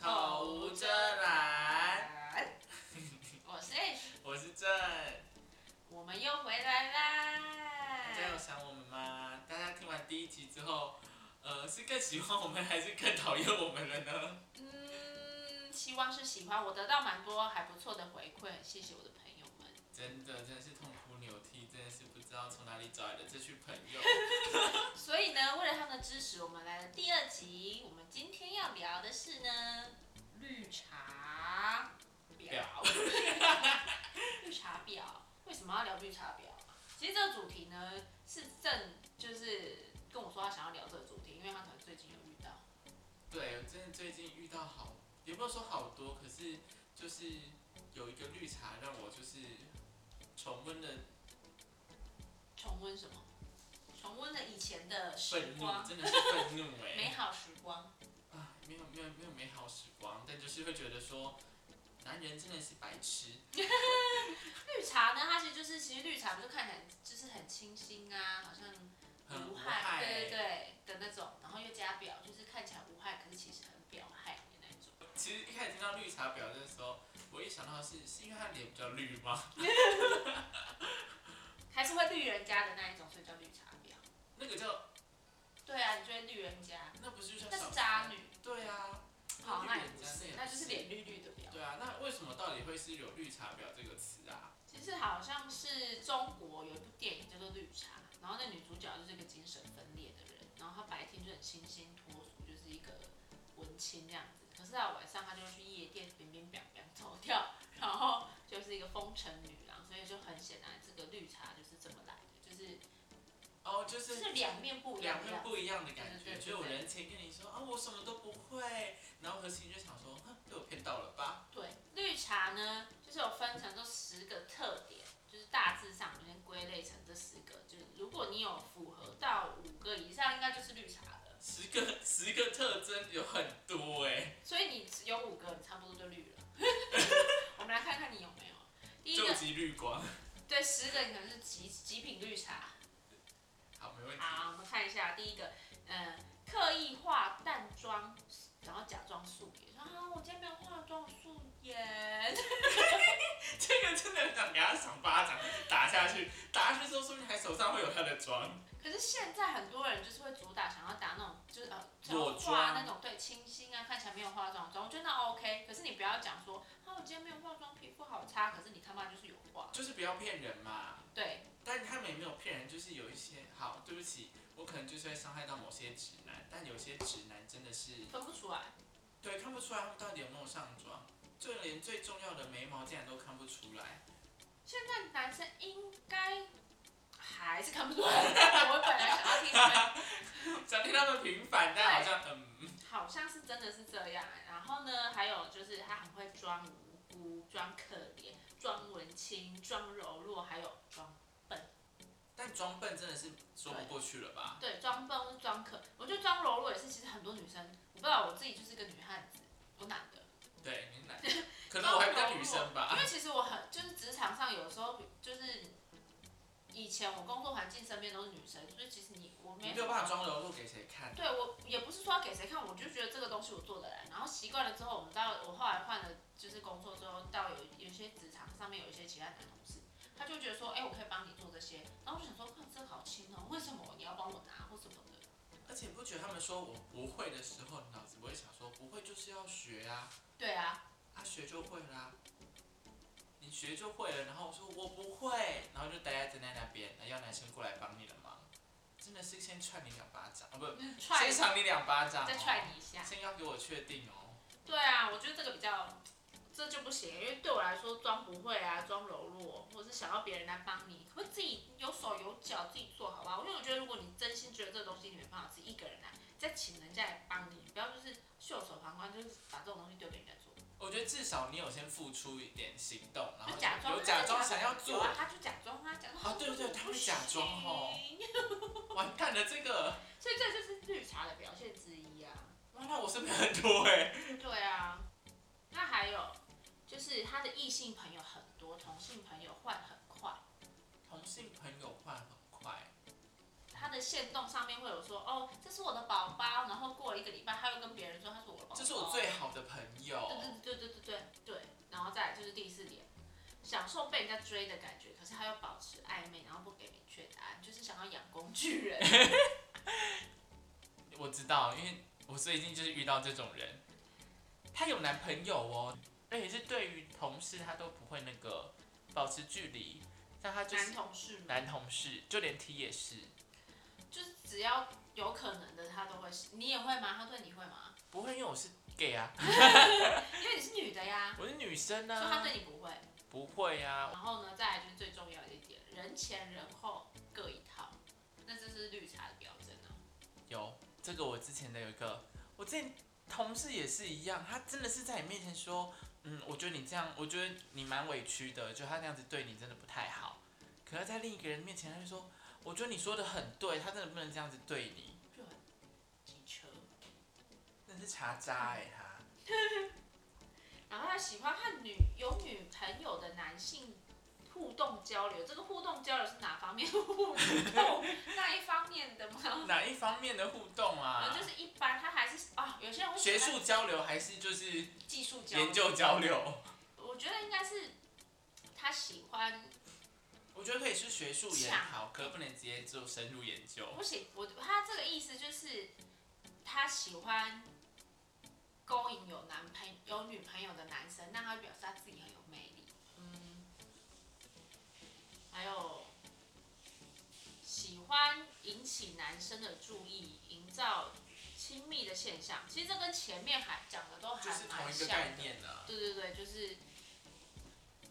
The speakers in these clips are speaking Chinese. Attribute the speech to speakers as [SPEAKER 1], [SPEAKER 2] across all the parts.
[SPEAKER 1] 口无遮拦。
[SPEAKER 2] 我是 H，
[SPEAKER 1] 我是郑，
[SPEAKER 2] 我们又回来啦
[SPEAKER 1] 大。家有想我们吗？大家听完第一集之后，呃，是更喜欢我们还是更讨厌我们了呢？
[SPEAKER 2] 嗯，希望是喜欢，我得到蛮多还不错的回馈，谢谢我的朋友们。
[SPEAKER 1] 真的，真的是痛哭流涕，真的是不知道从哪里找来的这群朋友。
[SPEAKER 2] 所以呢，为了他们的支持，我们来了第二集。我们今天要聊的是呢，绿茶
[SPEAKER 1] 表
[SPEAKER 2] 婊。绿茶婊，为什么要聊绿茶婊？其实这个主题呢，是正就是跟我说他想要聊这个主题，因为他可能最近有遇到。
[SPEAKER 1] 对，我真的最近遇到好，也不能说好多，可是就是有一个绿茶让我就是重温了
[SPEAKER 2] 重温什么？重温了以前的时
[SPEAKER 1] 愤怒，
[SPEAKER 2] 光，
[SPEAKER 1] 真的是愤怒哎、
[SPEAKER 2] 美好时光。
[SPEAKER 1] 啊，没有没有没有美好时光，但就是会觉得说，男人真的是白痴。
[SPEAKER 2] 绿茶呢，它其实就是，其实绿茶不是看起来就是很清新啊，好像
[SPEAKER 1] 很
[SPEAKER 2] 无
[SPEAKER 1] 无害
[SPEAKER 2] 对对
[SPEAKER 1] 欸
[SPEAKER 2] 对的那种，然后又加表，就是看起来无害，可是其实很表害的那种。
[SPEAKER 1] 其实一开始听到绿茶婊的时候，我一想到是是因为他脸比较绿吗？
[SPEAKER 2] 还是会绿人家的那一种，所以叫绿茶婊。
[SPEAKER 1] 那个叫
[SPEAKER 2] 对啊，你就会绿人家，
[SPEAKER 1] 那不是就叫
[SPEAKER 2] 那
[SPEAKER 1] 小
[SPEAKER 2] 是渣女。
[SPEAKER 1] 对啊，
[SPEAKER 2] 好，那也不
[SPEAKER 1] 绿人家
[SPEAKER 2] 是
[SPEAKER 1] 也，
[SPEAKER 2] 那就是脸绿绿的婊。
[SPEAKER 1] 对啊，那为什么到底会是有绿茶婊这个词啊？
[SPEAKER 2] 其实好像是中国有一部电影叫做《绿茶》，然后那女主角就是一个精神分裂的人，然后她白天就很清新脱俗，就是一个文青这样子。可是到晚上她就会去夜店，冰冰凉凉走跳，然后就是一个风尘女郎，所以就很显然这个绿茶就是这么来的，就是
[SPEAKER 1] 哦，就是
[SPEAKER 2] 就是两面不一样
[SPEAKER 1] 两
[SPEAKER 2] 的
[SPEAKER 1] 个
[SPEAKER 2] 样子。
[SPEAKER 1] 不一样的感
[SPEAKER 2] 对
[SPEAKER 1] 觉，
[SPEAKER 2] 对
[SPEAKER 1] 就
[SPEAKER 2] 对
[SPEAKER 1] 有人前跟你说啊，我什么都不会，然后核心就想说，哼，被我骗到了吧？
[SPEAKER 2] 对，绿茶呢就是有分成这十个特点，就是大致上我们先归类成这十个，就是如果你有符合到五个以上，应该就是绿茶了。
[SPEAKER 1] 十个十个特征有很多哎、
[SPEAKER 2] 所以你只有五个，你差不多就绿了。我们来看看你有没有。第一
[SPEAKER 1] 救
[SPEAKER 2] 个，
[SPEAKER 1] 急绿光，
[SPEAKER 2] 对，十个你可能是极极品绿茶。
[SPEAKER 1] 好，没问题。
[SPEAKER 2] 好，我们看一下第一个，呃，刻意化淡妆，然后假装素颜。啊，我今天没有化妆素颜。
[SPEAKER 1] 这个真的很想给他赏巴掌，打下去，打下去之后，说不定还手上会有他的妆。
[SPEAKER 2] 可是现在很多人就是会主打想要打那种，就是呃，
[SPEAKER 1] 裸
[SPEAKER 2] 想要化
[SPEAKER 1] 妆
[SPEAKER 2] 那种对清新啊，看起来没有化妆的妆，我觉得那 OK。可是你不要讲说，啊，我今天没有化妆，皮肤好差。可是你他妈就是有化，
[SPEAKER 1] 就是不要骗人嘛。
[SPEAKER 2] 对，
[SPEAKER 1] 但他们也没有骗人，就是有一些好，对不起，我可能就是会伤害到某些直男，但有些直男真的是
[SPEAKER 2] 分不出来。
[SPEAKER 1] 对看不出来他们到底有没有上妆，就连最重要的眉毛竟然都看不出来。
[SPEAKER 2] 现在男生应该还是看不出来。 我本来想要听他们，
[SPEAKER 1] 想听他们平反，但好像嗯，
[SPEAKER 2] 好像是真的是这样。然后呢，还有就是他很会装无辜、装可怜、装文青、装柔弱，还有装
[SPEAKER 1] 但装笨真的是说不过去了吧？
[SPEAKER 2] 对装笨或是装可。我觉得装柔弱也是，其实很多女生，我不知道我自己就是个女汉子，我懒得。
[SPEAKER 1] 对，你奶，可能我还比较女生吧
[SPEAKER 2] 因。为其实我很就是职场上有时候就是以前我工作环境身边都是女生，所以其实你我
[SPEAKER 1] 你
[SPEAKER 2] 没
[SPEAKER 1] 没有办法装柔弱给谁看？
[SPEAKER 2] 对我也不是说要给谁看，我就觉得这个东西我做得来。然后习惯了之后，我们到我后来换了就是工作之后，到有有些职场上面有一些其他男同事，他就觉得说，哎、我可以帮你做这些。然后我就想说，看这个好轻哦，为什么你要帮我拿或什么的？
[SPEAKER 1] 而且你不觉得他们说我不会的时候，你脑子不会想说不会就是要学啊，
[SPEAKER 2] 对啊，
[SPEAKER 1] 啊学就会啦，你学就会了，然后我说我不会，然后就待在那那边，然后要男生过来帮你的忙，真的是先踹你两巴掌，啊不，
[SPEAKER 2] 踹
[SPEAKER 1] 先赏你两巴掌、哦，
[SPEAKER 2] 再踹你一下。
[SPEAKER 1] 先要给我确定哦。
[SPEAKER 2] 对啊，我觉得这个比较，这就不行，因为对我来说装不会啊，装柔弱，或是想要别人来帮你，可不可以自己有手有脚自己做好不好？因为我觉得如果你真心觉得这个东西你没办法自己一个人来，再请人家来帮你，不要就是袖手旁观，就是把这种东西丢给人家做，
[SPEAKER 1] 我觉得至少你有先付出一点行动，然后
[SPEAKER 2] 就假装
[SPEAKER 1] 啊有假装想要
[SPEAKER 2] 有
[SPEAKER 1] 做
[SPEAKER 2] 啊，，他就假装啊，假装
[SPEAKER 1] 啊对对对他会假装哦
[SPEAKER 2] 不行，
[SPEAKER 1] 完蛋了这个，
[SPEAKER 2] 所以这就是绿茶的表现之一啊。
[SPEAKER 1] 哇，那我身边很多哎、
[SPEAKER 2] 对啊，那还有就是他的异性朋友很多，同性朋友换很快。
[SPEAKER 1] 同性朋友换很快，
[SPEAKER 2] 他的线动上面会有说，哦，这是我的宝宝，然后过了一个礼拜，他又跟别人说他是我的宝宝，
[SPEAKER 1] 这是我最好的的朋友，
[SPEAKER 2] 对对对对对对对，然后再来就是第四点，享受被人家追的感觉，可是他又保持暧昧，然后不给明确答案，就是想要养工具人。
[SPEAKER 1] 我知道，因为我最近就是遇到这种人，她有男朋友哦，而且是对于同事她都不会那个保持距离，但她就
[SPEAKER 2] 男
[SPEAKER 1] 是
[SPEAKER 2] 同事嘛，
[SPEAKER 1] 男同事，就连 T 也是
[SPEAKER 2] 就是只要有可能的，他都会喜。你也会吗？他对你会吗？
[SPEAKER 1] 不会，因为我是 gay 啊，
[SPEAKER 2] 因为你是女的呀，
[SPEAKER 1] 我是女生
[SPEAKER 2] 所以他
[SPEAKER 1] 啊，
[SPEAKER 2] 对你不会。
[SPEAKER 1] 不会啊
[SPEAKER 2] 然，后呢，再来就是最重要的一点，人前人后各一套，那这是绿茶的标准啊。
[SPEAKER 1] 有这个我之前的有一个，我之前同事也是一样，他真的是在你面前说，嗯，我觉得你这样，我觉得你蛮委屈的，就他那样子对你真的不太好，可是在另一个人面前，他就说，我觉得你说的很对，他真的不能这样子对你。
[SPEAKER 2] 就很机车。
[SPEAKER 1] 那是茶渣哎、他
[SPEAKER 2] 然后他喜欢和女有女朋友的男性互动交流，这个互动交流是哪方面的互动？那一方面的吗？
[SPEAKER 1] 哪一方面的互动
[SPEAKER 2] 呃
[SPEAKER 1] 啊？
[SPEAKER 2] 嗯就是一般，他还是啊，有些人会
[SPEAKER 1] 学
[SPEAKER 2] 喜欢
[SPEAKER 1] 术交流还是就是
[SPEAKER 2] 技术交流
[SPEAKER 1] 研究交，流？
[SPEAKER 2] 我觉得应该是他喜欢，
[SPEAKER 1] 我觉得可以是学术研讨，可不能直接就深入研究。
[SPEAKER 2] 不行，我他这个意思就是他喜欢勾引有男朋有女朋友的男生，那他就表示他自己很有魅力。
[SPEAKER 1] 嗯，
[SPEAKER 2] 还有喜欢引起男生的注意，营造亲密的现象。其实这跟前面还讲的都还
[SPEAKER 1] 就是同
[SPEAKER 2] 蛮
[SPEAKER 1] 一个
[SPEAKER 2] 像
[SPEAKER 1] 概
[SPEAKER 2] 的。
[SPEAKER 1] 念啊，
[SPEAKER 2] 对对对，就是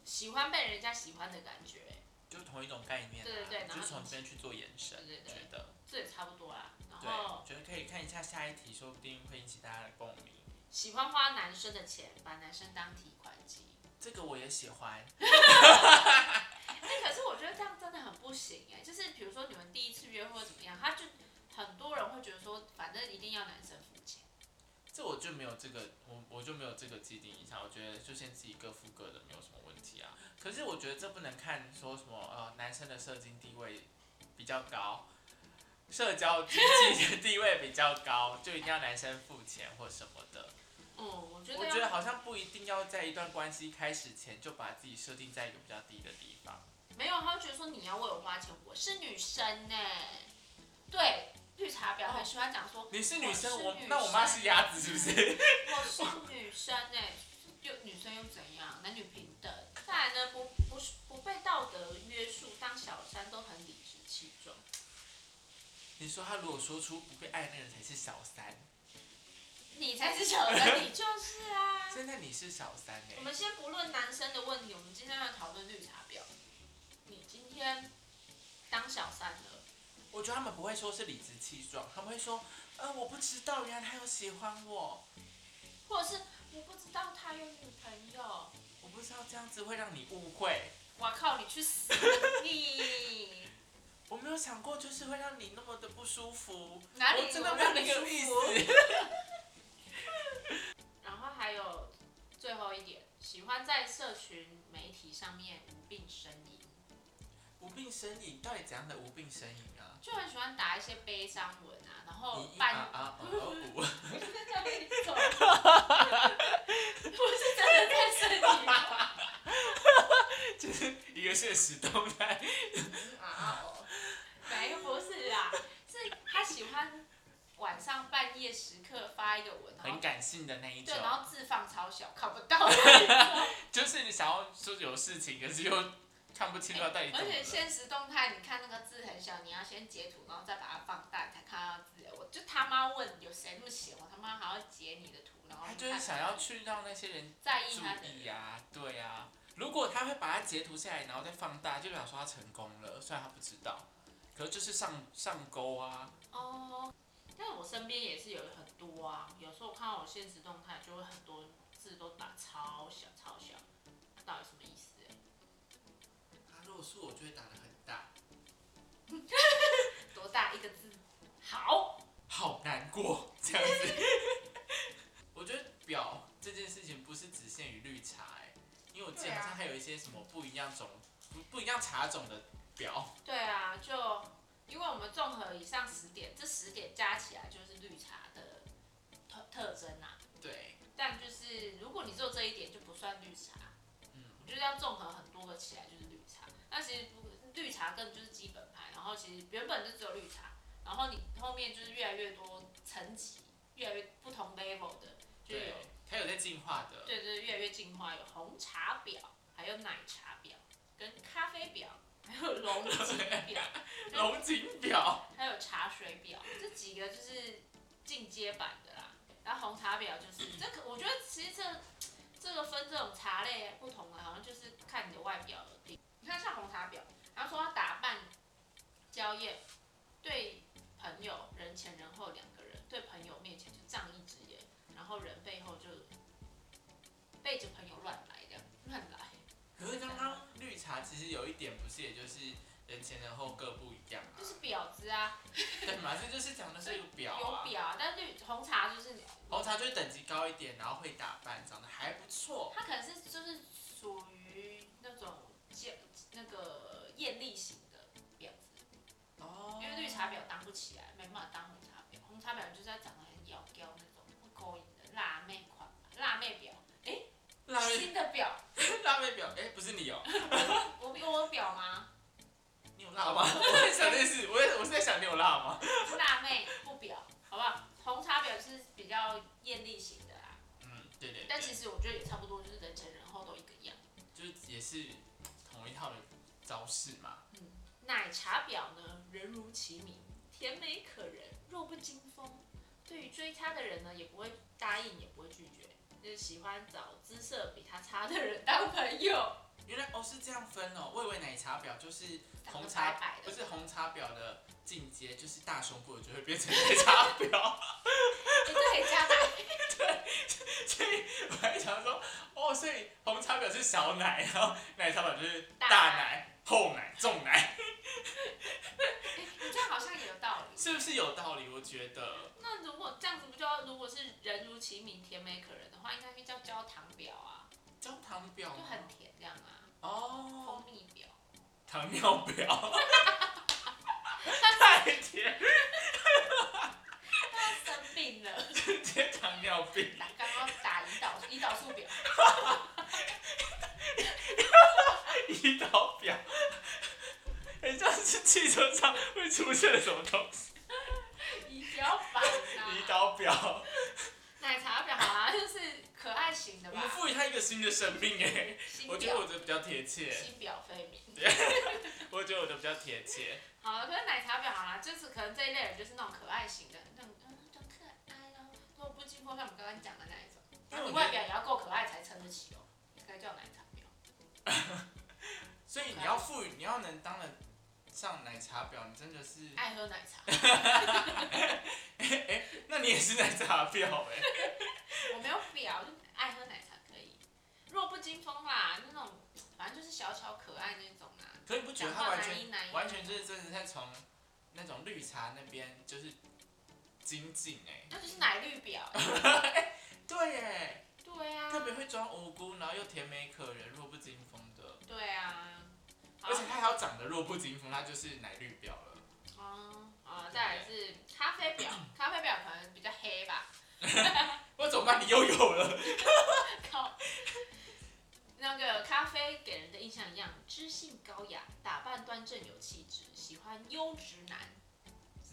[SPEAKER 2] 喜欢被人家喜欢的感觉，
[SPEAKER 1] 就同一种概念、啊。
[SPEAKER 2] 对对对然后
[SPEAKER 1] 就从这边去做延伸，
[SPEAKER 2] 对对对
[SPEAKER 1] 觉得
[SPEAKER 2] 这也差不多啦。然
[SPEAKER 1] 对
[SPEAKER 2] 后，
[SPEAKER 1] 觉得可以看一下下一题，说不定会引起大家的共鸣。
[SPEAKER 2] 喜欢花男生的钱，把男生当提款机。
[SPEAKER 1] 这个我也喜欢，
[SPEAKER 2] 哎、可是我觉得这样真的很不行哎、就是比如说你们第一次约会怎么样，他就很多人会觉得说，反正一定要男生付钱。
[SPEAKER 1] 这我就没有这个，我我就没有这个既定印象。我觉得就先自己各付各的，没有什么问题啊。可是我觉得这不能看说什么呃，男生的社经地位比较高，社交经济的地位比较高，就一定要男生付钱或什么的。
[SPEAKER 2] 嗯，我觉
[SPEAKER 1] 我
[SPEAKER 2] 得要
[SPEAKER 1] 觉得好像不一定要在一段关系开始前就把自己设定在一个比较低的地方。
[SPEAKER 2] 没有，他会觉得说你要为我花钱，我是女生呢、对，绿茶婊很喜欢讲说
[SPEAKER 1] 你是女生，
[SPEAKER 2] 我是
[SPEAKER 1] 我
[SPEAKER 2] 女生
[SPEAKER 1] 那我妈是鸭子是不是？
[SPEAKER 2] 我是女生呢、就女生又怎样，男女平等。再来呢，不不是不被道德约束，当小三都很理直气壮。
[SPEAKER 1] 你说她如果说出不被爱那个人才是小三，
[SPEAKER 2] 你才是小三，你就是 啊。
[SPEAKER 1] 现在你是小三哎、
[SPEAKER 2] 我们先不论男生的问题，我们今天要讨论绿茶婊。你今天当小三了，
[SPEAKER 1] 我觉得他们不会说是理直气壮，他们会说，呃，我不知道，原来他有喜欢我，
[SPEAKER 2] 或者是我不知道他有女朋友。
[SPEAKER 1] 我不知道这样子会让你误会，
[SPEAKER 2] 我靠，你去死你！
[SPEAKER 1] 我没有想过就是会让你那么的不舒服，
[SPEAKER 2] 哪里
[SPEAKER 1] 我真的没有那个意
[SPEAKER 2] 我让你舒服
[SPEAKER 1] 思。
[SPEAKER 2] 然后还有最后一点，喜欢在社群媒体上面无病呻吟，
[SPEAKER 1] 无病呻吟，到底怎样的无病呻吟啊？
[SPEAKER 2] 就很喜欢打一些悲伤文啊，然后
[SPEAKER 1] 你一啊
[SPEAKER 2] 半
[SPEAKER 1] 啊啊五，啊
[SPEAKER 2] 不是在那里走，不是真的在呻吟啊
[SPEAKER 1] 就是一个现实动 态，
[SPEAKER 2] 啊哦，没不是啊，是他喜欢晚上半夜时刻发一个文，然
[SPEAKER 1] 很
[SPEAKER 2] 后
[SPEAKER 1] 感性的那一种
[SPEAKER 2] 对，，然后字放超小，看不 到。
[SPEAKER 1] 就是你想要说有事情，可是又看不清楚它到底怎
[SPEAKER 2] 而
[SPEAKER 1] 么
[SPEAKER 2] 且
[SPEAKER 1] 了。
[SPEAKER 2] 现实动态，你看那个字很小，你要先截图，然后再把它放大，才看到字。我就他妈问有谁那么闲，我他妈还要截你的图，然后
[SPEAKER 1] 他
[SPEAKER 2] 你
[SPEAKER 1] 就是
[SPEAKER 2] 看
[SPEAKER 1] 想要去让那些人
[SPEAKER 2] 在意
[SPEAKER 1] 注
[SPEAKER 2] 他的人
[SPEAKER 1] 意啊，对啊。如果他会把它截图下来，然后再放大，就表示他成功了。虽然他不知道，可是就是上上钩啊。
[SPEAKER 2] 哦。但是我身边也是有很多啊，有时候我看到我现实动态，就会很多字都打超小超小，那到底什么意思、啊
[SPEAKER 1] 他如果是我，就会打的很大，
[SPEAKER 2] 多大一个字？好，
[SPEAKER 1] 好难过这样 子。我觉得表这件事情不是只限于绿茶、欸，因为我记得
[SPEAKER 2] 对啊
[SPEAKER 1] 好像还有一些什么不一样种、不不一样茶种的表。
[SPEAKER 2] 对啊，就因为我们综合以上十点，这十点加起来就是绿茶的特特征啊。
[SPEAKER 1] 对，
[SPEAKER 2] 但就是绿
[SPEAKER 1] 嗯
[SPEAKER 2] 茶。我觉得要综合很多个起来就是绿茶。那其实不绿茶更就是基本牌，然后其实原本就只有绿茶，然后你后面就是越来越多层级，越来越不同 level 的，就有
[SPEAKER 1] 对，它有在进化的，
[SPEAKER 2] 对对，越来越进化，有红茶婊，还有奶茶婊，跟咖啡婊，还有 龙井婊，
[SPEAKER 1] 龙井表，
[SPEAKER 2] 还有茶水婊，这几个就是进阶版的啦。然后红茶婊就是这可，我觉得其实这这个分这种茶类不同的，啊好像就是看你的外表而定。你看像红茶婊，然后说他打扮娇艳，对朋友人前人后两个人，对朋友面前就仗义直言，然后人背后就背着朋友乱来这样乱来。
[SPEAKER 1] 可是刚刚绿茶其实有一点不是，也就是人前人后各不一样啊
[SPEAKER 2] 就，是婊子啊，
[SPEAKER 1] 对嘛？这就是讲的是有表
[SPEAKER 2] 有
[SPEAKER 1] 啊。哦
[SPEAKER 2] 婊啊，但绿红茶就是
[SPEAKER 1] 红茶就是等级高一点，然后会打扮，长得还不错，
[SPEAKER 2] 他可能是就是属于那种娇那个艳丽型的婊子，
[SPEAKER 1] 哦
[SPEAKER 2] 因为绿茶婊当不起来，没办法当红茶婊。红茶婊就是要长得很妖娇那种，会勾引的辣妹款嘛，辣妹婊，
[SPEAKER 1] 辣妹
[SPEAKER 2] 新的婊，
[SPEAKER 1] 辣妹表，哎、不是你哦、
[SPEAKER 2] 我有我婊吗？
[SPEAKER 1] 你有辣吗？我在想这件事，我也我是在想你有辣吗？
[SPEAKER 2] 是辣妹不婊，好不好？红茶婊就是比较艳丽型的啦，
[SPEAKER 1] 嗯，对对对，
[SPEAKER 2] 但其实我觉得也差不多，就是人前人后都一个样。
[SPEAKER 1] 就是也是同一套的招式嘛。
[SPEAKER 2] 奶茶婊呢，人如其名，甜美可人，弱不禁风。对于追她的人呢，也不会答应，也不会拒绝，就是喜欢找姿色比她差的人当朋友。
[SPEAKER 1] 原来哦是这样分哦，我以为奶茶表就是
[SPEAKER 2] 长
[SPEAKER 1] 红
[SPEAKER 2] 得
[SPEAKER 1] 茶
[SPEAKER 2] 白白
[SPEAKER 1] 不
[SPEAKER 2] 的，
[SPEAKER 1] 是红茶婊的进阶，就是大胸部的就会变成奶茶婊，
[SPEAKER 2] 哎、对，加奶，
[SPEAKER 1] 所以我还想说，哦，所以红茶婊是小奶，然后奶茶婊就是
[SPEAKER 2] 大奶
[SPEAKER 1] 大奶、厚奶、重奶，
[SPEAKER 2] 哎这样好像也有道理。
[SPEAKER 1] 是不是有道理？我觉得
[SPEAKER 2] 那如果这样子，不就要如果是人如其名，甜美可人的话，应该可以叫焦糖婊啊，
[SPEAKER 1] 焦糖婊
[SPEAKER 2] 就
[SPEAKER 1] 吗
[SPEAKER 2] 很甜这样啊，
[SPEAKER 1] 哦，
[SPEAKER 2] 蜂蜜婊。
[SPEAKER 1] 糖尿婊，太甜，
[SPEAKER 2] 她生病了，
[SPEAKER 1] 直接糖尿病。
[SPEAKER 2] 打刚刚打胰岛胰岛 素婊，
[SPEAKER 1] 胰岛表，很像是汽车上会出现的什么东西。
[SPEAKER 2] 胰岛反啊。
[SPEAKER 1] 胰岛表，
[SPEAKER 2] 奶茶婊啊，就是可爱型的
[SPEAKER 1] 我们
[SPEAKER 2] 吧，
[SPEAKER 1] 赋予它一个新的生命哎，
[SPEAKER 2] 新
[SPEAKER 1] 我觉得
[SPEAKER 2] 表
[SPEAKER 1] 我的比较贴 切，
[SPEAKER 2] 新表非民。
[SPEAKER 1] 我觉得我的比较贴切。
[SPEAKER 2] 好，可是奶茶婊好啦，就是可能这一类人就是那种可爱型的，那种嗯，很可爱哦，若不经过像我们刚刚讲的那一种，
[SPEAKER 1] 因为我
[SPEAKER 2] 你
[SPEAKER 1] 觉
[SPEAKER 2] 外
[SPEAKER 1] 得，
[SPEAKER 2] 表也要够可爱才撑得起哦，才叫奶茶婊。
[SPEAKER 1] 所以你要赋予，你要能当得上奶茶婊，你真的是， 哎
[SPEAKER 2] 爱喝奶茶，
[SPEAKER 1] 那你也是奶茶婊哎。
[SPEAKER 2] 我没有婊，就爱喝奶茶可以。弱不禁风啦，那种反正就是小巧可爱那种啦，
[SPEAKER 1] 可你不觉得
[SPEAKER 2] 讲
[SPEAKER 1] 它
[SPEAKER 2] 话
[SPEAKER 1] 完
[SPEAKER 2] 难
[SPEAKER 1] 全
[SPEAKER 2] 一难一。啊
[SPEAKER 1] 完全就是真的在从那种绿茶那边就是精进哎？
[SPEAKER 2] 那就是奶绿婊。
[SPEAKER 1] 对哎，
[SPEAKER 2] 对啊，
[SPEAKER 1] 特别会装无辜，然后又甜美可人、弱不禁风的。
[SPEAKER 2] 对啊，好
[SPEAKER 1] 而且它还要长得弱不禁风，它就是奶绿婊了。
[SPEAKER 2] 哦，啊，再来是咖啡婊，咖啡婊可能比较黑吧，
[SPEAKER 1] 我怎么办？你又有了？
[SPEAKER 2] 靠。那个咖啡给人的印象一样，知性高雅，打扮端正有气质，喜欢优质男，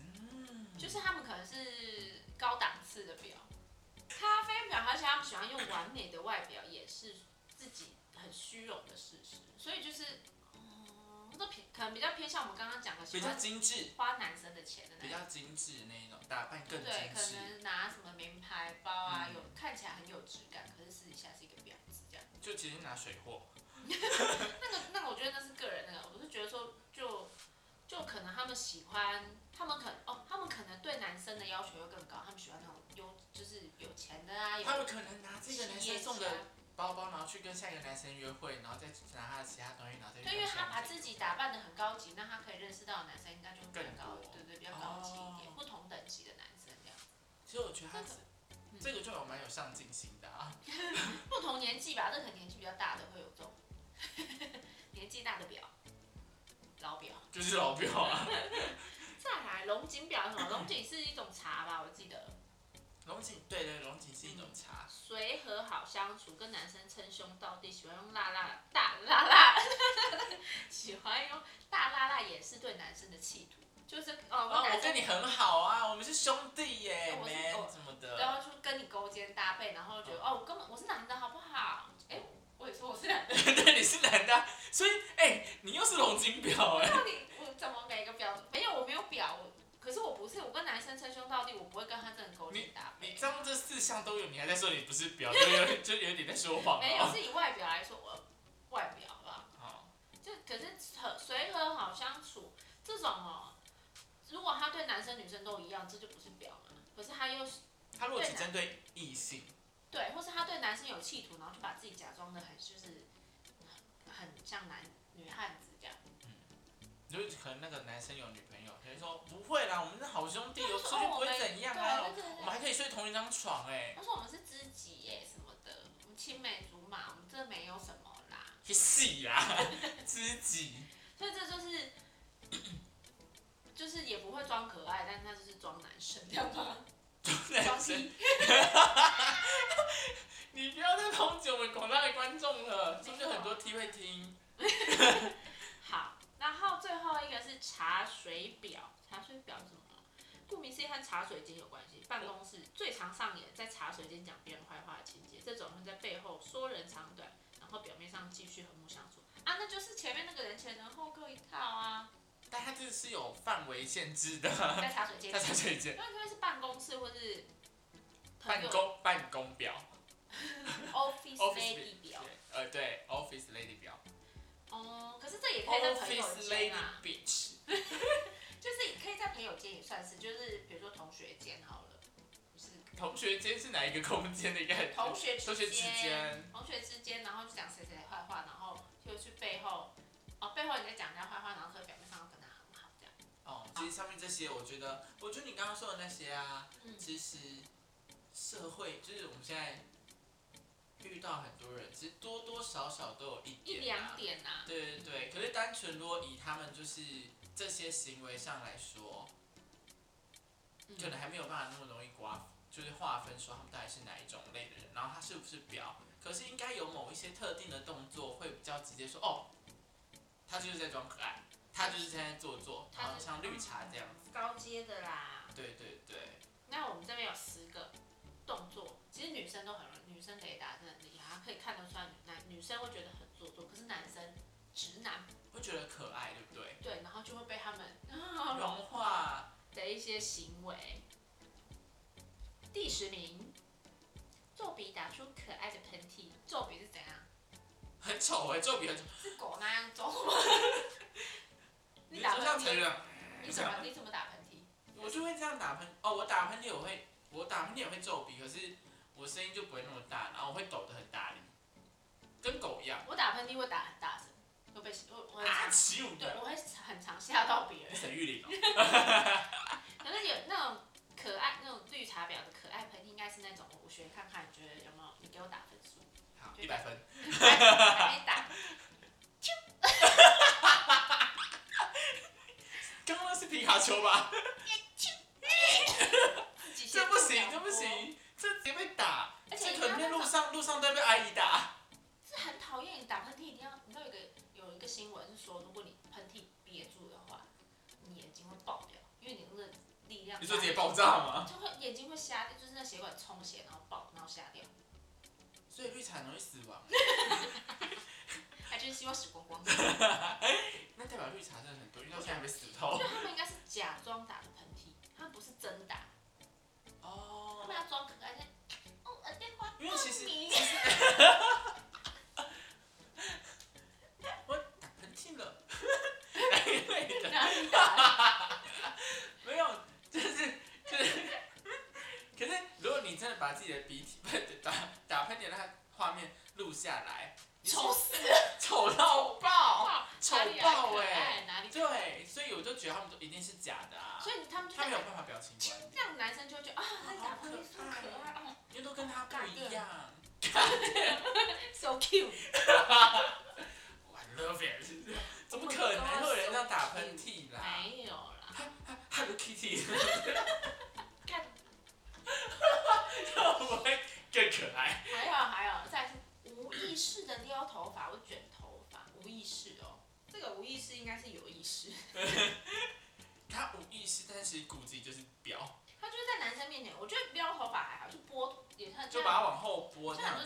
[SPEAKER 1] 嗯，
[SPEAKER 2] 就是他们可能是高档次的婊。咖啡婊，而且他们喜欢用完美的外表掩饰自己很虚荣的事实，所以就是，哦、都偏可能比较偏向我们刚刚讲的，喜
[SPEAKER 1] 比较
[SPEAKER 2] 欢
[SPEAKER 1] 精致，
[SPEAKER 2] 花男生的钱的那
[SPEAKER 1] 比
[SPEAKER 2] 种。
[SPEAKER 1] 较精致那一种，打扮更精
[SPEAKER 2] 对，可
[SPEAKER 1] 致，
[SPEAKER 2] 能拿什么名牌包啊，
[SPEAKER 1] 嗯
[SPEAKER 2] 有看起来很有质感，可是私底下是一个婊子这样。
[SPEAKER 1] 就直接拿水货。
[SPEAKER 2] 那个那个，我觉得那是个人的，我是觉得说就就可能他们喜欢，他们可哦，他们可能对男生的要求又更高，他们喜欢那种优，就是有钱的啊，有
[SPEAKER 1] 他们可能拿这
[SPEAKER 2] 企
[SPEAKER 1] 个
[SPEAKER 2] 业
[SPEAKER 1] 男生
[SPEAKER 2] 家
[SPEAKER 1] 送的包包，然后去跟下一个男生约会，然后再拿他的其他东西，然后再去
[SPEAKER 2] 对，因为
[SPEAKER 1] 跟下一
[SPEAKER 2] 他
[SPEAKER 1] 个
[SPEAKER 2] 把自己打扮的很高级，那他可以认识到的男生应该就会比较
[SPEAKER 1] 更
[SPEAKER 2] 高
[SPEAKER 1] 多，
[SPEAKER 2] 对对，比较高级一点，
[SPEAKER 1] 哦
[SPEAKER 2] 不同等级的男生这样，
[SPEAKER 1] 其实我觉得他是
[SPEAKER 2] 嗯
[SPEAKER 1] 这个就有蛮有上进心的 啊。
[SPEAKER 2] 不同年纪吧，这可能年纪比较大的会有这种 年纪大的婊，老婊。
[SPEAKER 1] 就是老 表啊，
[SPEAKER 2] 再来龙井表是什么？龙井是一种茶吧，我记得。
[SPEAKER 1] 龙井对对，龙井是一种茶，
[SPEAKER 2] 随和好相处，跟男生称兄道弟，喜欢用辣辣大辣辣， 喜欢用大辣辣掩饰对男生的企图，就是哦，
[SPEAKER 1] 哦，我
[SPEAKER 2] 男生
[SPEAKER 1] 跟你很好啊，我们是兄弟耶
[SPEAKER 2] 我是
[SPEAKER 1] ，man
[SPEAKER 2] 我
[SPEAKER 1] 什么
[SPEAKER 2] 然
[SPEAKER 1] 的，
[SPEAKER 2] 后就跟你勾肩搭背，然后觉得哦，我根本我是男的好不好？哎，我也说我是男的，
[SPEAKER 1] 对，你是男的啊，所以哎，你又是龙井婊 哎，
[SPEAKER 2] 到底我怎么每个表没有我没有表，我可是我不是我跟男生称兄道弟，我不会跟他真的勾肩搭
[SPEAKER 1] 你
[SPEAKER 2] 背
[SPEAKER 1] 这，样这四项都有，你还在说你不是婊，就有就有点在说谎
[SPEAKER 2] 没有
[SPEAKER 1] 哦。
[SPEAKER 2] 是以外表来说，我外表好不好？
[SPEAKER 1] 好
[SPEAKER 2] 就可是和随和好相处这种哦，如果他对男生女生都一样，这就不是表了。可是他又是
[SPEAKER 1] 他如果只针对异性，
[SPEAKER 2] 对，或是他对男生有企图，然后就把自己假装的很就是很像男女汉子这样。
[SPEAKER 1] 就是可能那个男生有女朋友，可能说不会啦，我们是好兄弟，
[SPEAKER 2] 就
[SPEAKER 1] 有
[SPEAKER 2] 是
[SPEAKER 1] 出
[SPEAKER 2] 说
[SPEAKER 1] 去
[SPEAKER 2] 哦
[SPEAKER 1] 不
[SPEAKER 2] 我们
[SPEAKER 1] 会怎样
[SPEAKER 2] 对
[SPEAKER 1] 啊，
[SPEAKER 2] 对对
[SPEAKER 1] 我
[SPEAKER 2] 对
[SPEAKER 1] 们还可以睡同一张床哎，
[SPEAKER 2] 他说我们是知己耶什么的，我们青梅竹马，我们这没有什么啦。
[SPEAKER 1] 去戏 啦，知己。
[SPEAKER 2] 所以这就是 就是也不会装可爱，但是他就是装男生，这样吗？ 装
[SPEAKER 1] 男生，
[SPEAKER 2] 屁，
[SPEAKER 1] 你不要再抨击我们广大的观众了，是不是很多 T 会听？
[SPEAKER 2] 好，然后最后一个是茶水表，茶水表是什么？啊顾名思义和茶水间有关系。办公室最常上演在茶水间讲别人坏话的情节，这种会在背后说人长短，然后表面上继续和睦相处啊，那就是前面那个人前人后各一套 啊，
[SPEAKER 1] 但它这是有范围限制的，
[SPEAKER 2] 在茶水间
[SPEAKER 1] 大。家推荐
[SPEAKER 2] 那因为是办公室或是朋
[SPEAKER 1] 办
[SPEAKER 2] 友
[SPEAKER 1] 公办公表
[SPEAKER 2] office
[SPEAKER 1] ，office
[SPEAKER 2] lady 表，
[SPEAKER 1] 呃对，office lady 表
[SPEAKER 2] 哦，可是这也可以在朋友
[SPEAKER 1] ，office
[SPEAKER 2] 间
[SPEAKER 1] lady
[SPEAKER 2] 啊。
[SPEAKER 1] bitch，
[SPEAKER 2] 就是可以在朋友间也算是，就是比如说同学间好了，就是
[SPEAKER 1] 同学间是哪一个空间的一个？
[SPEAKER 2] 同学之
[SPEAKER 1] 同学之
[SPEAKER 2] 间，
[SPEAKER 1] 间，
[SPEAKER 2] 同学之间，然后就讲谁谁坏话，然后就去背后，哦，背后人家讲人家坏话，然后可能表面上又跟他很好这样。
[SPEAKER 1] 哦，其实上面这些，我觉得，我觉得你刚刚说的那些啊，
[SPEAKER 2] 嗯
[SPEAKER 1] 其实社会就是我们现在遇到很多人，其实多多少少都有一
[SPEAKER 2] 一
[SPEAKER 1] 点、啊
[SPEAKER 2] 两，点呐、
[SPEAKER 1] 对对对，可是单纯如果以他们就是这些行为上来说，
[SPEAKER 2] 嗯
[SPEAKER 1] 可能还没有办法那么容易瓜，就是划分说他们到底是哪一种类的人，然后他是不是表，可是应该有某一些特定的动作会比较直接说，哦，他就是在装可爱，他就是在做作，
[SPEAKER 2] 他
[SPEAKER 1] 然后
[SPEAKER 2] 是
[SPEAKER 1] 像绿茶这样子，
[SPEAKER 2] 嗯高阶的啦。
[SPEAKER 1] 对对对，
[SPEAKER 2] 那我们这边有十个动作，其实女生都很容易，女生雷达真的很厉害，她可以看得出来男女生会觉得很做作，可是男生直男
[SPEAKER 1] 会觉得可爱，对不对？
[SPEAKER 2] 对，然后就会被他们 啊
[SPEAKER 1] 融化，
[SPEAKER 2] 的一些行为。第十名，皱鼻打出可爱的喷嚏。皱鼻是怎样？
[SPEAKER 1] 很丑哎、皱比很丑，
[SPEAKER 2] 是狗那样皱吗？ 你打
[SPEAKER 1] 说像
[SPEAKER 2] 喷
[SPEAKER 1] 成
[SPEAKER 2] 嚏？
[SPEAKER 1] 人，
[SPEAKER 2] 你怎么你怎么打喷嚏？
[SPEAKER 1] 我就会这样打喷哦，我打喷嚏我会，我打喷嚏也会皱鼻，可是我声音就不会那么大，然后我会抖得很大力，跟狗一样
[SPEAKER 2] 我打喷嚏会打很大声，会被我我很
[SPEAKER 1] 啊，
[SPEAKER 2] 常
[SPEAKER 1] 起舞
[SPEAKER 2] 对
[SPEAKER 1] 的
[SPEAKER 2] 我会很常吓到别人。
[SPEAKER 1] 沈玉玲哦，
[SPEAKER 2] 可是有那种可爱那种绿茶婊的可爱喷嚏，应该是那种我学看看，你觉得有没有？你给我打分数。
[SPEAKER 1] 好，一百分，
[SPEAKER 2] 还没打，
[SPEAKER 1] 刚刚那是皮卡丘 吧？
[SPEAKER 2] 自己先
[SPEAKER 1] 这不
[SPEAKER 2] 做
[SPEAKER 1] 行，
[SPEAKER 2] 表
[SPEAKER 1] 这不
[SPEAKER 2] 播
[SPEAKER 1] 行，这直接被打，
[SPEAKER 2] 而且
[SPEAKER 1] 这
[SPEAKER 2] 你
[SPEAKER 1] 可
[SPEAKER 2] 要
[SPEAKER 1] 能在
[SPEAKER 2] 那
[SPEAKER 1] 路
[SPEAKER 2] 种
[SPEAKER 1] 上路上都会被阿姨打，
[SPEAKER 2] 是很讨厌你打喷嚏，一定要你知道有一个有一个新闻是说，如果你喷嚏憋住的话，你眼睛会爆掉，因为你那个力量
[SPEAKER 1] 你说直接爆炸吗？
[SPEAKER 2] 就会眼睛会瞎掉，就是那血管充血然后爆然后瞎掉，
[SPEAKER 1] 所以绿茶很容易死亡，
[SPEAKER 2] 他就是希望死光 光。
[SPEAKER 1] 那代表绿茶真的很多，因为到现在还没死透
[SPEAKER 2] 就。他们应该是假装打的喷嚏，他们不是真打，他
[SPEAKER 1] 哦
[SPEAKER 2] 们，要装可爱。像哦，耳电话
[SPEAKER 1] 因为其实
[SPEAKER 2] 你
[SPEAKER 1] 我打喷嚏了， 哪一类的？
[SPEAKER 2] 哪里打？
[SPEAKER 1] 没有，就是就是，可是如果你真的把自己的鼻涕喷打打喷点那个画面录下来，你是
[SPEAKER 2] 丑死了！
[SPEAKER 1] 丑到爆，
[SPEAKER 2] 哇
[SPEAKER 1] 丑
[SPEAKER 2] 哪里来
[SPEAKER 1] 爆
[SPEAKER 2] 可
[SPEAKER 1] 哎、
[SPEAKER 2] 爱？哪里？
[SPEAKER 1] 对，所以我就觉得他们都一定是假的啊，
[SPEAKER 2] 所以他们就
[SPEAKER 1] 他
[SPEAKER 2] 在
[SPEAKER 1] 没有办法表情管理
[SPEAKER 2] 这，样，男生就会觉得啊，他打喷嚏好可爱哦。
[SPEAKER 1] 欸因为都跟他不一样。
[SPEAKER 2] so cute，
[SPEAKER 1] Oh, I love it，怎么可能会有人这样打喷嚏啦
[SPEAKER 2] 没有啦，
[SPEAKER 1] ？Hello Kitty，
[SPEAKER 2] 看，哦
[SPEAKER 1] 后拨这样子。嗯
[SPEAKER 2] 像很多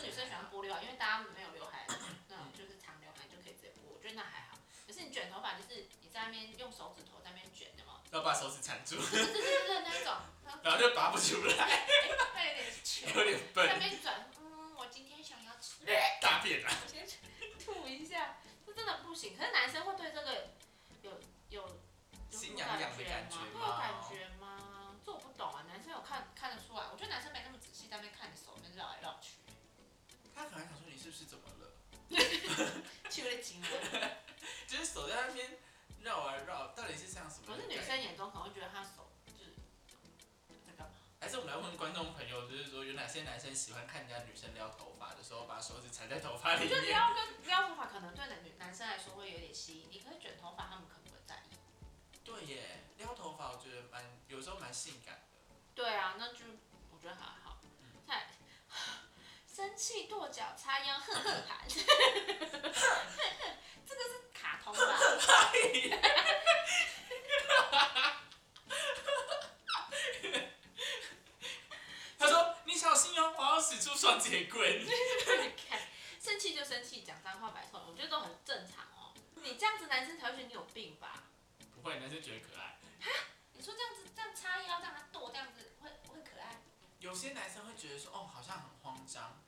[SPEAKER 2] 女生喜欢拨刘海，因为大家没有刘海，那种就是长刘海就可以直接拨，我觉得那还好。可是你卷头发，就是你在那边用手指头在那边卷，有 没有？
[SPEAKER 1] 要把手指缠住，
[SPEAKER 2] 对对对对，那一种，然后
[SPEAKER 1] 然后就拔不出来，
[SPEAKER 2] 那有点糗，
[SPEAKER 1] 有点笨，
[SPEAKER 2] 在那边转，嗯，我今天想要吃，
[SPEAKER 1] 大便啊！
[SPEAKER 2] 我先吐一下，这真的不行。可是男生会对这个有有有
[SPEAKER 1] 心痒痒的感觉
[SPEAKER 2] 吗？
[SPEAKER 1] 吗
[SPEAKER 2] 会有感觉吗？这我不懂啊，男生有看看得出来，我觉得男生没那么仔细，在那边看你手那边绕来绕去，
[SPEAKER 1] 他可能想说你是不是怎么了？
[SPEAKER 2] 去了几年。
[SPEAKER 1] 就是手在那边绕啊绕，到底是像什么？
[SPEAKER 2] 可是女生，眼中可能会觉得他手就是在干嘛？
[SPEAKER 1] 还是我们来问观众朋友，就是说有哪些男生喜欢看人家女生撩头发的时候，把手指缠在头发
[SPEAKER 2] 我
[SPEAKER 1] 里
[SPEAKER 2] 觉得
[SPEAKER 1] 面？
[SPEAKER 2] 撩跟撩头发可能对男女男生来说会有点吸引力，可是卷头发他们可能不会在意。
[SPEAKER 1] 对耶，撩头发我觉得蛮有时候蛮性感的。
[SPEAKER 2] 对啊，那就我觉得还好。太生气跺脚叉腰，哼哼喊， 这个是卡通吧？
[SPEAKER 1] 他说：“你小心哦，我要使出双截 棍。
[SPEAKER 2] 你看，生气就生气，讲脏话摆臭脸，我觉得都很正常哦。你这样子男生才会觉得你有病吧？”
[SPEAKER 1] 不会，男生觉得可爱。
[SPEAKER 2] 你说这样子这样叉腰，让他跺这样子会会可爱？
[SPEAKER 1] 有些男生会觉得说：“哦，好像很慌张。”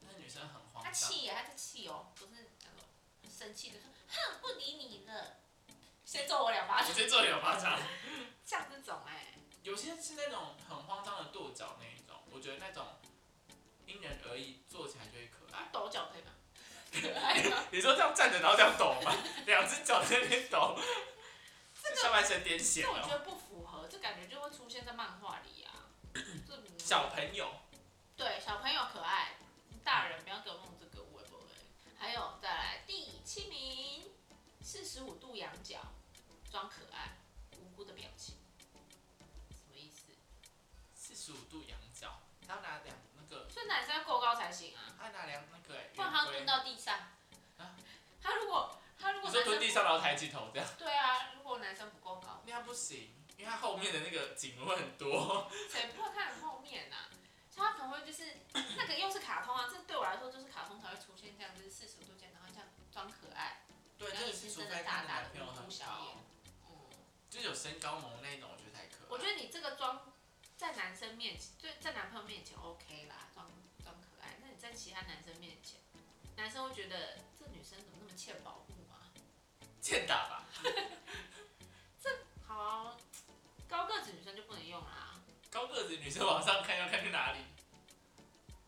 [SPEAKER 1] 但是女生很慌
[SPEAKER 2] 他
[SPEAKER 1] 张。
[SPEAKER 2] 气耶，他在气哦，不是那种很生气的说，哼，不理你了，先揍我两巴
[SPEAKER 1] 直
[SPEAKER 2] 掌，
[SPEAKER 1] 接做有巴掌。
[SPEAKER 2] 像这种哎、
[SPEAKER 1] 有些是那种很慌张的跺脚那一种，我觉得那种因人而异，做起来就会可爱。
[SPEAKER 2] 抖脚可以吗？可爱吗？
[SPEAKER 1] 你说这样站着然后这样抖吗？ 两只脚在那边抖，
[SPEAKER 2] 个
[SPEAKER 1] 下半身癫痫
[SPEAKER 2] 这我觉
[SPEAKER 1] 哦。
[SPEAKER 2] 得不符合，这感觉就会出现在漫画里啊。这嗯
[SPEAKER 1] 小朋友，
[SPEAKER 2] 对小朋友可爱，大人不要给我弄这个，我也不会。还有再来第七名，四十五度仰角，装可爱，无辜的表情，什么意思？
[SPEAKER 1] 四十五度仰角，他要拿两那个，
[SPEAKER 2] 所以男生要够高才行啊。
[SPEAKER 1] 他拿两那个、欸，
[SPEAKER 2] 不然他
[SPEAKER 1] 圆规
[SPEAKER 2] 蹲到地上
[SPEAKER 1] 啊。
[SPEAKER 2] 他如果他如
[SPEAKER 1] 你
[SPEAKER 2] 果
[SPEAKER 1] 说
[SPEAKER 2] 男
[SPEAKER 1] 蹲
[SPEAKER 2] 生
[SPEAKER 1] 地上然后抬起头这样，
[SPEAKER 2] 对啊，如果男生不够高，
[SPEAKER 1] 那样不行，因为他后面的那个颈会很多。
[SPEAKER 2] 谁不会看很后面啊？所以他可能会就是那个又是卡通啊，这对我来说就是卡通才会出现这样，就是四十度角，然后这样装可爱。
[SPEAKER 1] 对，
[SPEAKER 2] 然
[SPEAKER 1] 真
[SPEAKER 2] 后
[SPEAKER 1] 的是
[SPEAKER 2] 眼睛
[SPEAKER 1] 除
[SPEAKER 2] 真
[SPEAKER 1] 非
[SPEAKER 2] 的
[SPEAKER 1] 他
[SPEAKER 2] 大
[SPEAKER 1] 的
[SPEAKER 2] 大
[SPEAKER 1] 男
[SPEAKER 2] 的，
[SPEAKER 1] 朋友
[SPEAKER 2] 无
[SPEAKER 1] 很
[SPEAKER 2] 辜小
[SPEAKER 1] 高
[SPEAKER 2] 眼，。嗯，
[SPEAKER 1] 就是有身高萌那一种，我觉得才可爱。
[SPEAKER 2] 我觉得你这个装在男生面前，就在男朋友面前 OK 啦，装装可爱。那你在其他男生面前，男生会觉得这女生怎么那么欠保护啊？
[SPEAKER 1] 欠打吧。
[SPEAKER 2] 好，高个子女生就不能用啦。
[SPEAKER 1] 高个子女生往上看要看去哪里？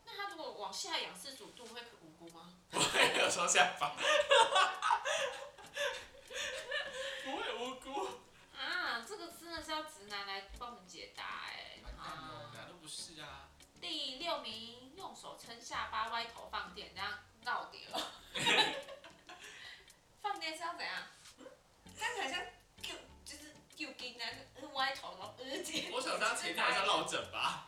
[SPEAKER 2] 那他如果往下仰四十五度会无辜吗？
[SPEAKER 1] 不会有双下 巴，不会无辜。
[SPEAKER 2] 啊，这个真的是要直男来帮我们解答哎、
[SPEAKER 1] 完蛋了，哪
[SPEAKER 2] 啊，
[SPEAKER 1] 都不是啊。
[SPEAKER 2] 第六名，用手撑下巴，歪头放电，这样绕点哦。 放电是要怎样？这样好像就就是丢筋啊，呃歪头然后呃接
[SPEAKER 1] 我想当前台上落枕 吧，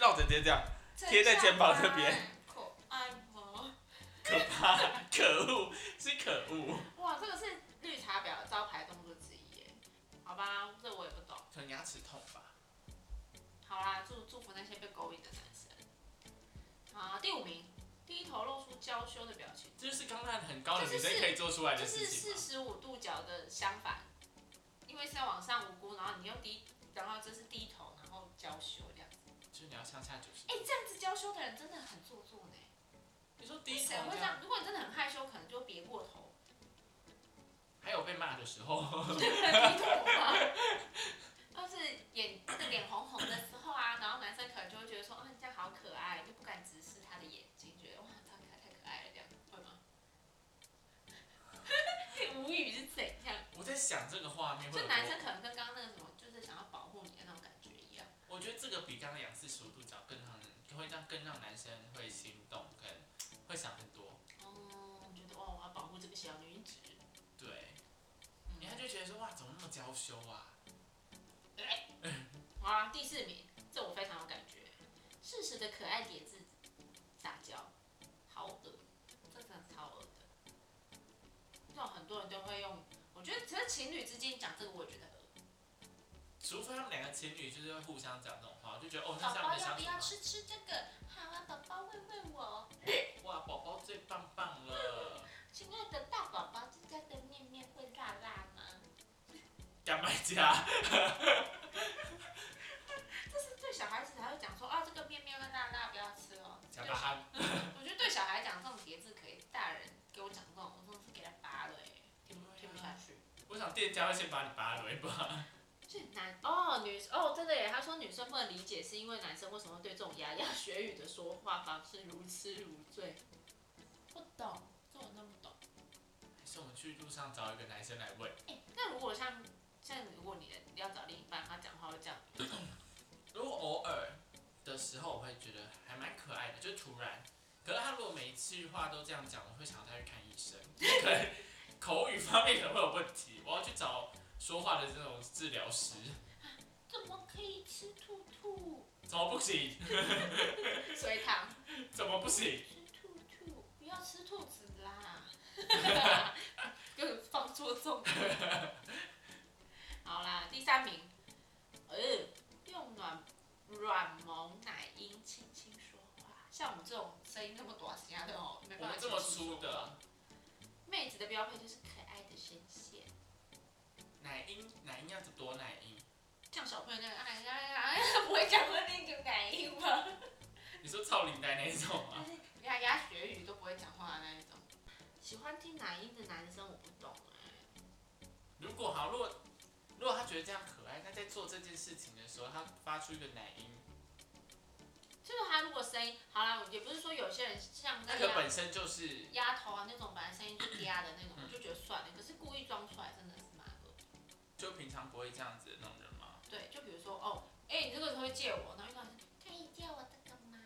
[SPEAKER 1] 落枕直接这样，贴在肩膀这边，
[SPEAKER 2] 可爱吗？
[SPEAKER 1] 可怕，可恶，是可恶。
[SPEAKER 2] 哇，这个是绿茶婊的招牌动作之一耶。好吧，这我也不懂。
[SPEAKER 1] 可能牙齿痛吧。
[SPEAKER 2] 好啦，祝祝福那些被勾引的男生。啊，第五名，低头露出娇羞的表情，
[SPEAKER 1] 这就是刚那很高的女生可以做出来
[SPEAKER 2] 就
[SPEAKER 1] 的
[SPEAKER 2] 是
[SPEAKER 1] 事情
[SPEAKER 2] 四
[SPEAKER 1] 吗？
[SPEAKER 2] 十五度角的相反，因为是要往上无辜，然后你又低，然后这是低头，然后娇羞这样子。
[SPEAKER 1] 就是你要向下九十
[SPEAKER 2] 哎、。这样子娇羞的人真的很做作呢。
[SPEAKER 1] 你说低头
[SPEAKER 2] 谁会
[SPEAKER 1] 这
[SPEAKER 2] 这
[SPEAKER 1] 样，
[SPEAKER 2] 样？如果你真的很害羞，可能就别过 头，
[SPEAKER 1] 还有被骂的时候，
[SPEAKER 2] 低头吗？要是眼那个脸红红的时候啊，然后男生可能就会觉得说，啊，你这样好可爱，就不敢直视他的眼睛，觉得哇，他可爱太可爱了，这样会吗？ 你无语是怎样？
[SPEAKER 1] 我在想这个画面会
[SPEAKER 2] 就
[SPEAKER 1] 有
[SPEAKER 2] 男生
[SPEAKER 1] 多。
[SPEAKER 2] 可能跟刚刚那个什么，就是想要保护你的那种感觉一样。
[SPEAKER 1] 我觉得这个比刚刚仰四十五度角更让会让更让男生会心动，跟会想很多。
[SPEAKER 2] 哦，觉得哦，我要保护这个小女子。
[SPEAKER 1] 对。你看
[SPEAKER 2] 嗯，
[SPEAKER 1] 就觉得说哇，怎么那么娇羞啊？
[SPEAKER 2] 好啦，第四名，这我非常有感觉，适时的可爱叠字撒娇，好恶，这真的超恶的。这种很多人都会用，我觉得其实情侣之间讲这个，我也觉得恶。
[SPEAKER 1] 除非他们两个情侣就是会互相讲这种话，我就觉得哦，那
[SPEAKER 2] 宝
[SPEAKER 1] 这样
[SPEAKER 2] 宝
[SPEAKER 1] 的
[SPEAKER 2] 要
[SPEAKER 1] 相
[SPEAKER 2] 不
[SPEAKER 1] 处
[SPEAKER 2] 要
[SPEAKER 1] 吗？
[SPEAKER 2] 吃吃这个？好啊，宝宝喂喂我。
[SPEAKER 1] 哇，宝宝最棒棒了，
[SPEAKER 2] 亲爱的大宝宝，这家的面面会辣辣吗？
[SPEAKER 1] 干卖家，
[SPEAKER 2] 这是对小孩子才会讲说啊，这个面面会辣辣，不要吃哦。
[SPEAKER 1] 假巴憨，
[SPEAKER 2] 我觉得对小孩讲这种叠字可以，大人给我讲这种，我真的是给他扒了哎、听不听不下去。
[SPEAKER 1] 我想店家会先把你扒了，吧？
[SPEAKER 2] 这很难哦，女哦，真的耶。他说女生不能理解，是因为男生为什么会对这种牙牙学语的说话方式如痴如醉？不懂，这我真不懂。
[SPEAKER 1] 还是我们去路上找一个男生来问？
[SPEAKER 2] 哎、那如果像像如果你的要找另一半，他讲话会这样，
[SPEAKER 1] 如果偶尔的时候，我会觉得还蛮可爱的，就突然。可是他如果每一次话都这样讲，我会想要他去看医生， 可能口语方面可能会有问题，我要去找说话的这种治疗师，
[SPEAKER 2] 怎么可以吃兔 兔？
[SPEAKER 1] 怎么不行？
[SPEAKER 2] 隋唐，
[SPEAKER 1] 怎么不行？
[SPEAKER 2] 吃兔兔，不要吃兔子啦！给我放错重点。好啦，第三名，呃，用软软萌奶音轻轻说话，像我们这种声音那么短，其他的哦，没
[SPEAKER 1] 我
[SPEAKER 2] 办
[SPEAKER 1] 们
[SPEAKER 2] 法
[SPEAKER 1] 这么
[SPEAKER 2] 轻轻
[SPEAKER 1] 粗
[SPEAKER 2] 说话。
[SPEAKER 1] 的
[SPEAKER 2] 妹子的标配就是可爱的声线，
[SPEAKER 1] 奶音，奶音要多奶音？
[SPEAKER 2] 像小朋友那个哎呀呀呀，不会讲的那个奶音吗？
[SPEAKER 1] 你说操你奶那种
[SPEAKER 2] 但
[SPEAKER 1] 吗？
[SPEAKER 2] 是牙牙学语都不会讲话的那一种。喜欢听奶音的男生我不懂哎、
[SPEAKER 1] 如果好，如果如果他觉得这样可爱，他在做这件事情的时候，他发出一个奶音，
[SPEAKER 2] 就是他如果声音好啦，也不是说有些人像那
[SPEAKER 1] 那个
[SPEAKER 2] 个
[SPEAKER 1] 本身就是
[SPEAKER 2] 丫头啊那种，本来声音就嗲的那种，我就觉得算了。可是故意装出来真的是蛮恶。
[SPEAKER 1] 就平常不会这样子的那种人吗？
[SPEAKER 2] 对，就比如说哦，哎、你这个会借我，然后一个人说可以借我这个吗？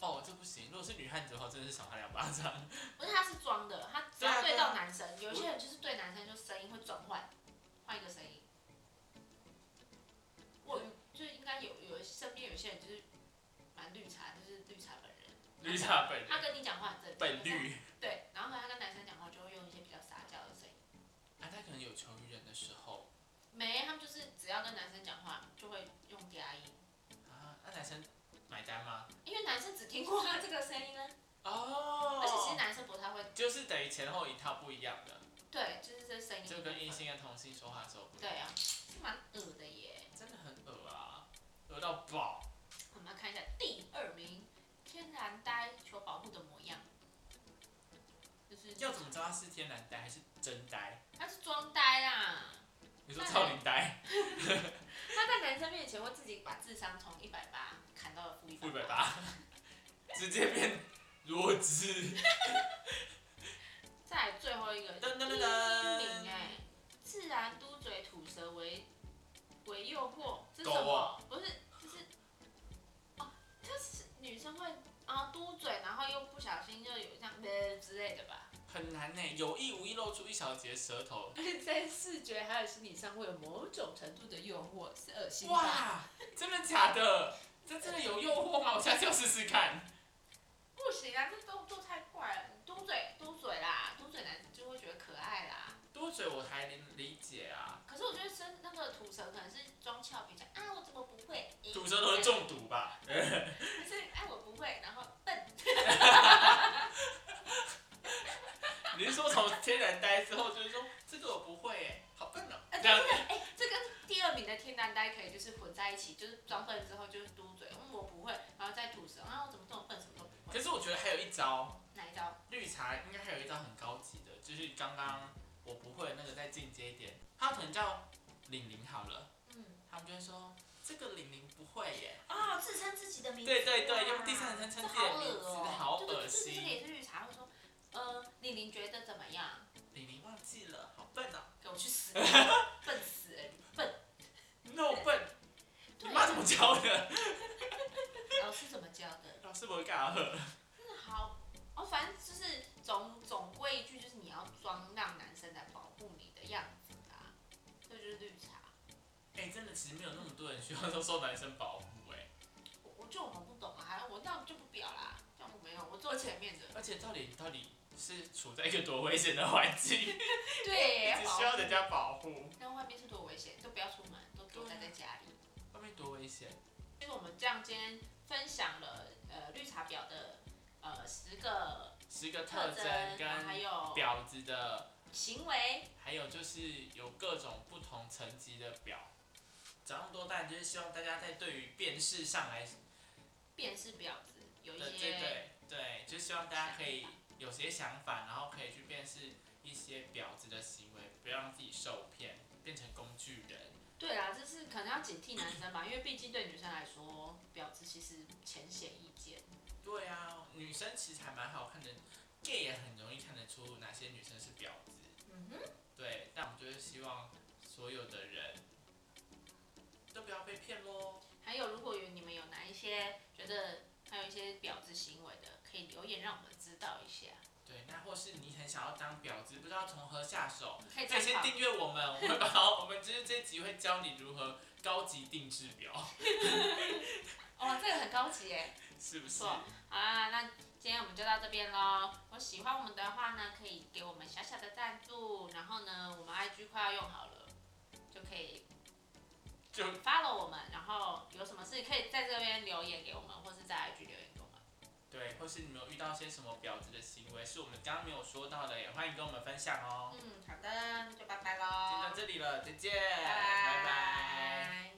[SPEAKER 1] 哦，这不行。如果是女汉子的话，真的是赏他两巴掌。
[SPEAKER 2] 不是，他是装的，他只
[SPEAKER 1] 对啊
[SPEAKER 2] 要对
[SPEAKER 1] 对啊
[SPEAKER 2] 到男生，有些人就是对男生就声音会转换，换一个声音。我就应该有有身边有些人就是蛮绿茶，就是绿茶本人，
[SPEAKER 1] 绿茶本
[SPEAKER 2] 他跟你讲话很正经
[SPEAKER 1] 本绿，
[SPEAKER 2] 对，然后呢他跟男生讲话就会用一些比较撒娇的声音。
[SPEAKER 1] 啊，他可能有求于人的时候
[SPEAKER 2] 没，他们就是只要跟男生讲话就会用嗲音，
[SPEAKER 1] 啊，那男生买单吗？
[SPEAKER 2] 因为男生只听过他这个声音啊，
[SPEAKER 1] 哦，
[SPEAKER 2] 而且其实男生不太会，
[SPEAKER 1] 就是等于前后一套不一样的，
[SPEAKER 2] 对，就是这声音
[SPEAKER 1] 就跟异性跟同性说话的时候不一
[SPEAKER 2] 对
[SPEAKER 1] 样，
[SPEAKER 2] 啊，是蛮恶的耶。
[SPEAKER 1] 真的很恶啊，恶到爆。
[SPEAKER 2] 我们来看一下第二名，天然呆求保护的模样，就是
[SPEAKER 1] 要怎么知道他是天然呆还是真呆？
[SPEAKER 2] 他是装呆啦，
[SPEAKER 1] 你说超龄呆，
[SPEAKER 2] 他在男生面前会自己把智商从一百八砍到了负一
[SPEAKER 1] 负一
[SPEAKER 2] 百
[SPEAKER 1] 百，八，直接变弱智。
[SPEAKER 2] 再来最后一个
[SPEAKER 1] 噔噔噔
[SPEAKER 2] 第一名
[SPEAKER 1] 噔，
[SPEAKER 2] 哎，自然嘟嘴吐舌为为诱惑，这是
[SPEAKER 1] 狗
[SPEAKER 2] 什么
[SPEAKER 1] 哦？
[SPEAKER 2] 不是，就是哦，就是女生会啊嘟嘴，然后又不小心就有这样呃之类的吧。
[SPEAKER 1] 很难呢、有意无意露出一小节舌头，
[SPEAKER 2] 在视觉还有心理上会有某种程度的诱惑，是恶心吧？
[SPEAKER 1] 哇，真的假的？这真的有诱惑吗？我下次要试试看。
[SPEAKER 2] 不行啊，这动作太怪了，嘟嘴嘟嘴啦，嘟嘴男就会觉得可爱啦。
[SPEAKER 1] 多嘴我还能理解啊，
[SPEAKER 2] 可是我觉得生那个吐舌可能是装俏皮，讲啊我怎么不会，诶
[SPEAKER 1] 毒舌头是中毒吧？
[SPEAKER 2] 可 是哎我不会，然后笨。
[SPEAKER 1] 你是说从天然呆之后就是说这个我不会哎、好笨哦、
[SPEAKER 2] 哎
[SPEAKER 1] 这样
[SPEAKER 2] 哎、这跟第二名的天然呆可以就是混在一起，就是装笨之后就是嘟嘴，嗯，我不会，然后再吐舌，啊，我怎么这么笨，什么都不会
[SPEAKER 1] 可。是我觉得还有一招，
[SPEAKER 2] 哪一招？
[SPEAKER 1] 绿茶应该还有一招很高级的，就是刚刚我不会那个再进阶一点，它可能叫玲玲好了，
[SPEAKER 2] 嗯，
[SPEAKER 1] 他们就会说这个玲玲不会耶、
[SPEAKER 2] 啊、自称自己的名字。
[SPEAKER 1] 对对对，用第三人称称
[SPEAKER 2] 这
[SPEAKER 1] 自己的
[SPEAKER 2] 好
[SPEAKER 1] 名
[SPEAKER 2] 恶
[SPEAKER 1] 字，
[SPEAKER 2] 哦、
[SPEAKER 1] 好
[SPEAKER 2] 对对
[SPEAKER 1] 恶
[SPEAKER 2] 对这个
[SPEAKER 1] 心。
[SPEAKER 2] 也是绿茶会说，呃，玲玲觉得怎么样？
[SPEAKER 1] 玲玲忘记了，好笨哦、
[SPEAKER 2] 给我去 死！笨死人，笨。
[SPEAKER 1] no 笨，你
[SPEAKER 2] 对，
[SPEAKER 1] 妈怎么教的？
[SPEAKER 2] 老师怎么教的？
[SPEAKER 1] 老师不尬喝，
[SPEAKER 2] 真的好，哦，反正就是总总归一句，就是你要装让男生来保护你的样子啊，这就是绿茶。
[SPEAKER 1] 哎、真的其实没有那么多人需要受男生保护哎、
[SPEAKER 2] 我我就我不懂啊，还我那我就不表啦，这样我没有，我坐前面的。
[SPEAKER 1] 而且到底到底是处在一个多危险的环境，一
[SPEAKER 2] 对，
[SPEAKER 1] 直
[SPEAKER 2] 保
[SPEAKER 1] 需要人家保护。
[SPEAKER 2] 但外面是多危险，都不要出门，都给我待在家里。
[SPEAKER 1] 外面多危险，
[SPEAKER 2] 就是我们这样今天分享了呃绿茶婊的呃十个
[SPEAKER 1] 十个特
[SPEAKER 2] 特
[SPEAKER 1] 征
[SPEAKER 2] 征，然后还
[SPEAKER 1] 跟
[SPEAKER 2] 有
[SPEAKER 1] 婊子的，
[SPEAKER 2] 行为，
[SPEAKER 1] 还有就是有各种不同层级的婊。讲那么多，当然就是希望大家在对于辨识上来
[SPEAKER 2] 便是婊子，有一
[SPEAKER 1] 对
[SPEAKER 2] 些
[SPEAKER 1] 对对对，就希望大家可以有些想法，然后可以去辨识一些婊子的行为，不要让自己受骗，变成工具人。
[SPEAKER 2] 对啦，这是可能要警惕男生吧，因为毕竟对女生来说，婊子其实浅显易见。
[SPEAKER 1] 对啊，女生其实还蛮好看的，gay 也很容易看得出哪些女生是婊子。
[SPEAKER 2] 嗯哼，
[SPEAKER 1] 对，但我们就是希望所有的人都不要被骗喽。
[SPEAKER 2] 还有如果有你们有哪一些觉得还有一些婊子行为的，可以留言让我们知道一下，
[SPEAKER 1] 对，那或是你很想要当婊子，不知道从何下手，
[SPEAKER 2] 可
[SPEAKER 1] 可以
[SPEAKER 2] 以参
[SPEAKER 1] 先
[SPEAKER 2] 考。
[SPEAKER 1] 订阅我们，我们把我们就是这集会教你如何高级定制婊，
[SPEAKER 2] 哦，这个很高级耶。
[SPEAKER 1] 是不
[SPEAKER 2] 不
[SPEAKER 1] 是
[SPEAKER 2] 错？好啦，那今天我们就到这边喽。我喜欢我们的话呢，可以给我们小小的赞助，然后呢，我们 IG 快要用好了，就可以
[SPEAKER 1] 就
[SPEAKER 2] follow 我们，然后有什么事可以在这边留言给我们，或是在 IG 留言给我们。
[SPEAKER 1] 对，或是你们有遇到些什么婊子的行为，是我们刚刚没有说到的，也欢迎跟我们分享哦。
[SPEAKER 2] 嗯，好的，那就拜拜
[SPEAKER 1] 今天
[SPEAKER 2] 喽
[SPEAKER 1] 到，这里了，再见，
[SPEAKER 2] 拜
[SPEAKER 1] 拜拜
[SPEAKER 2] 拜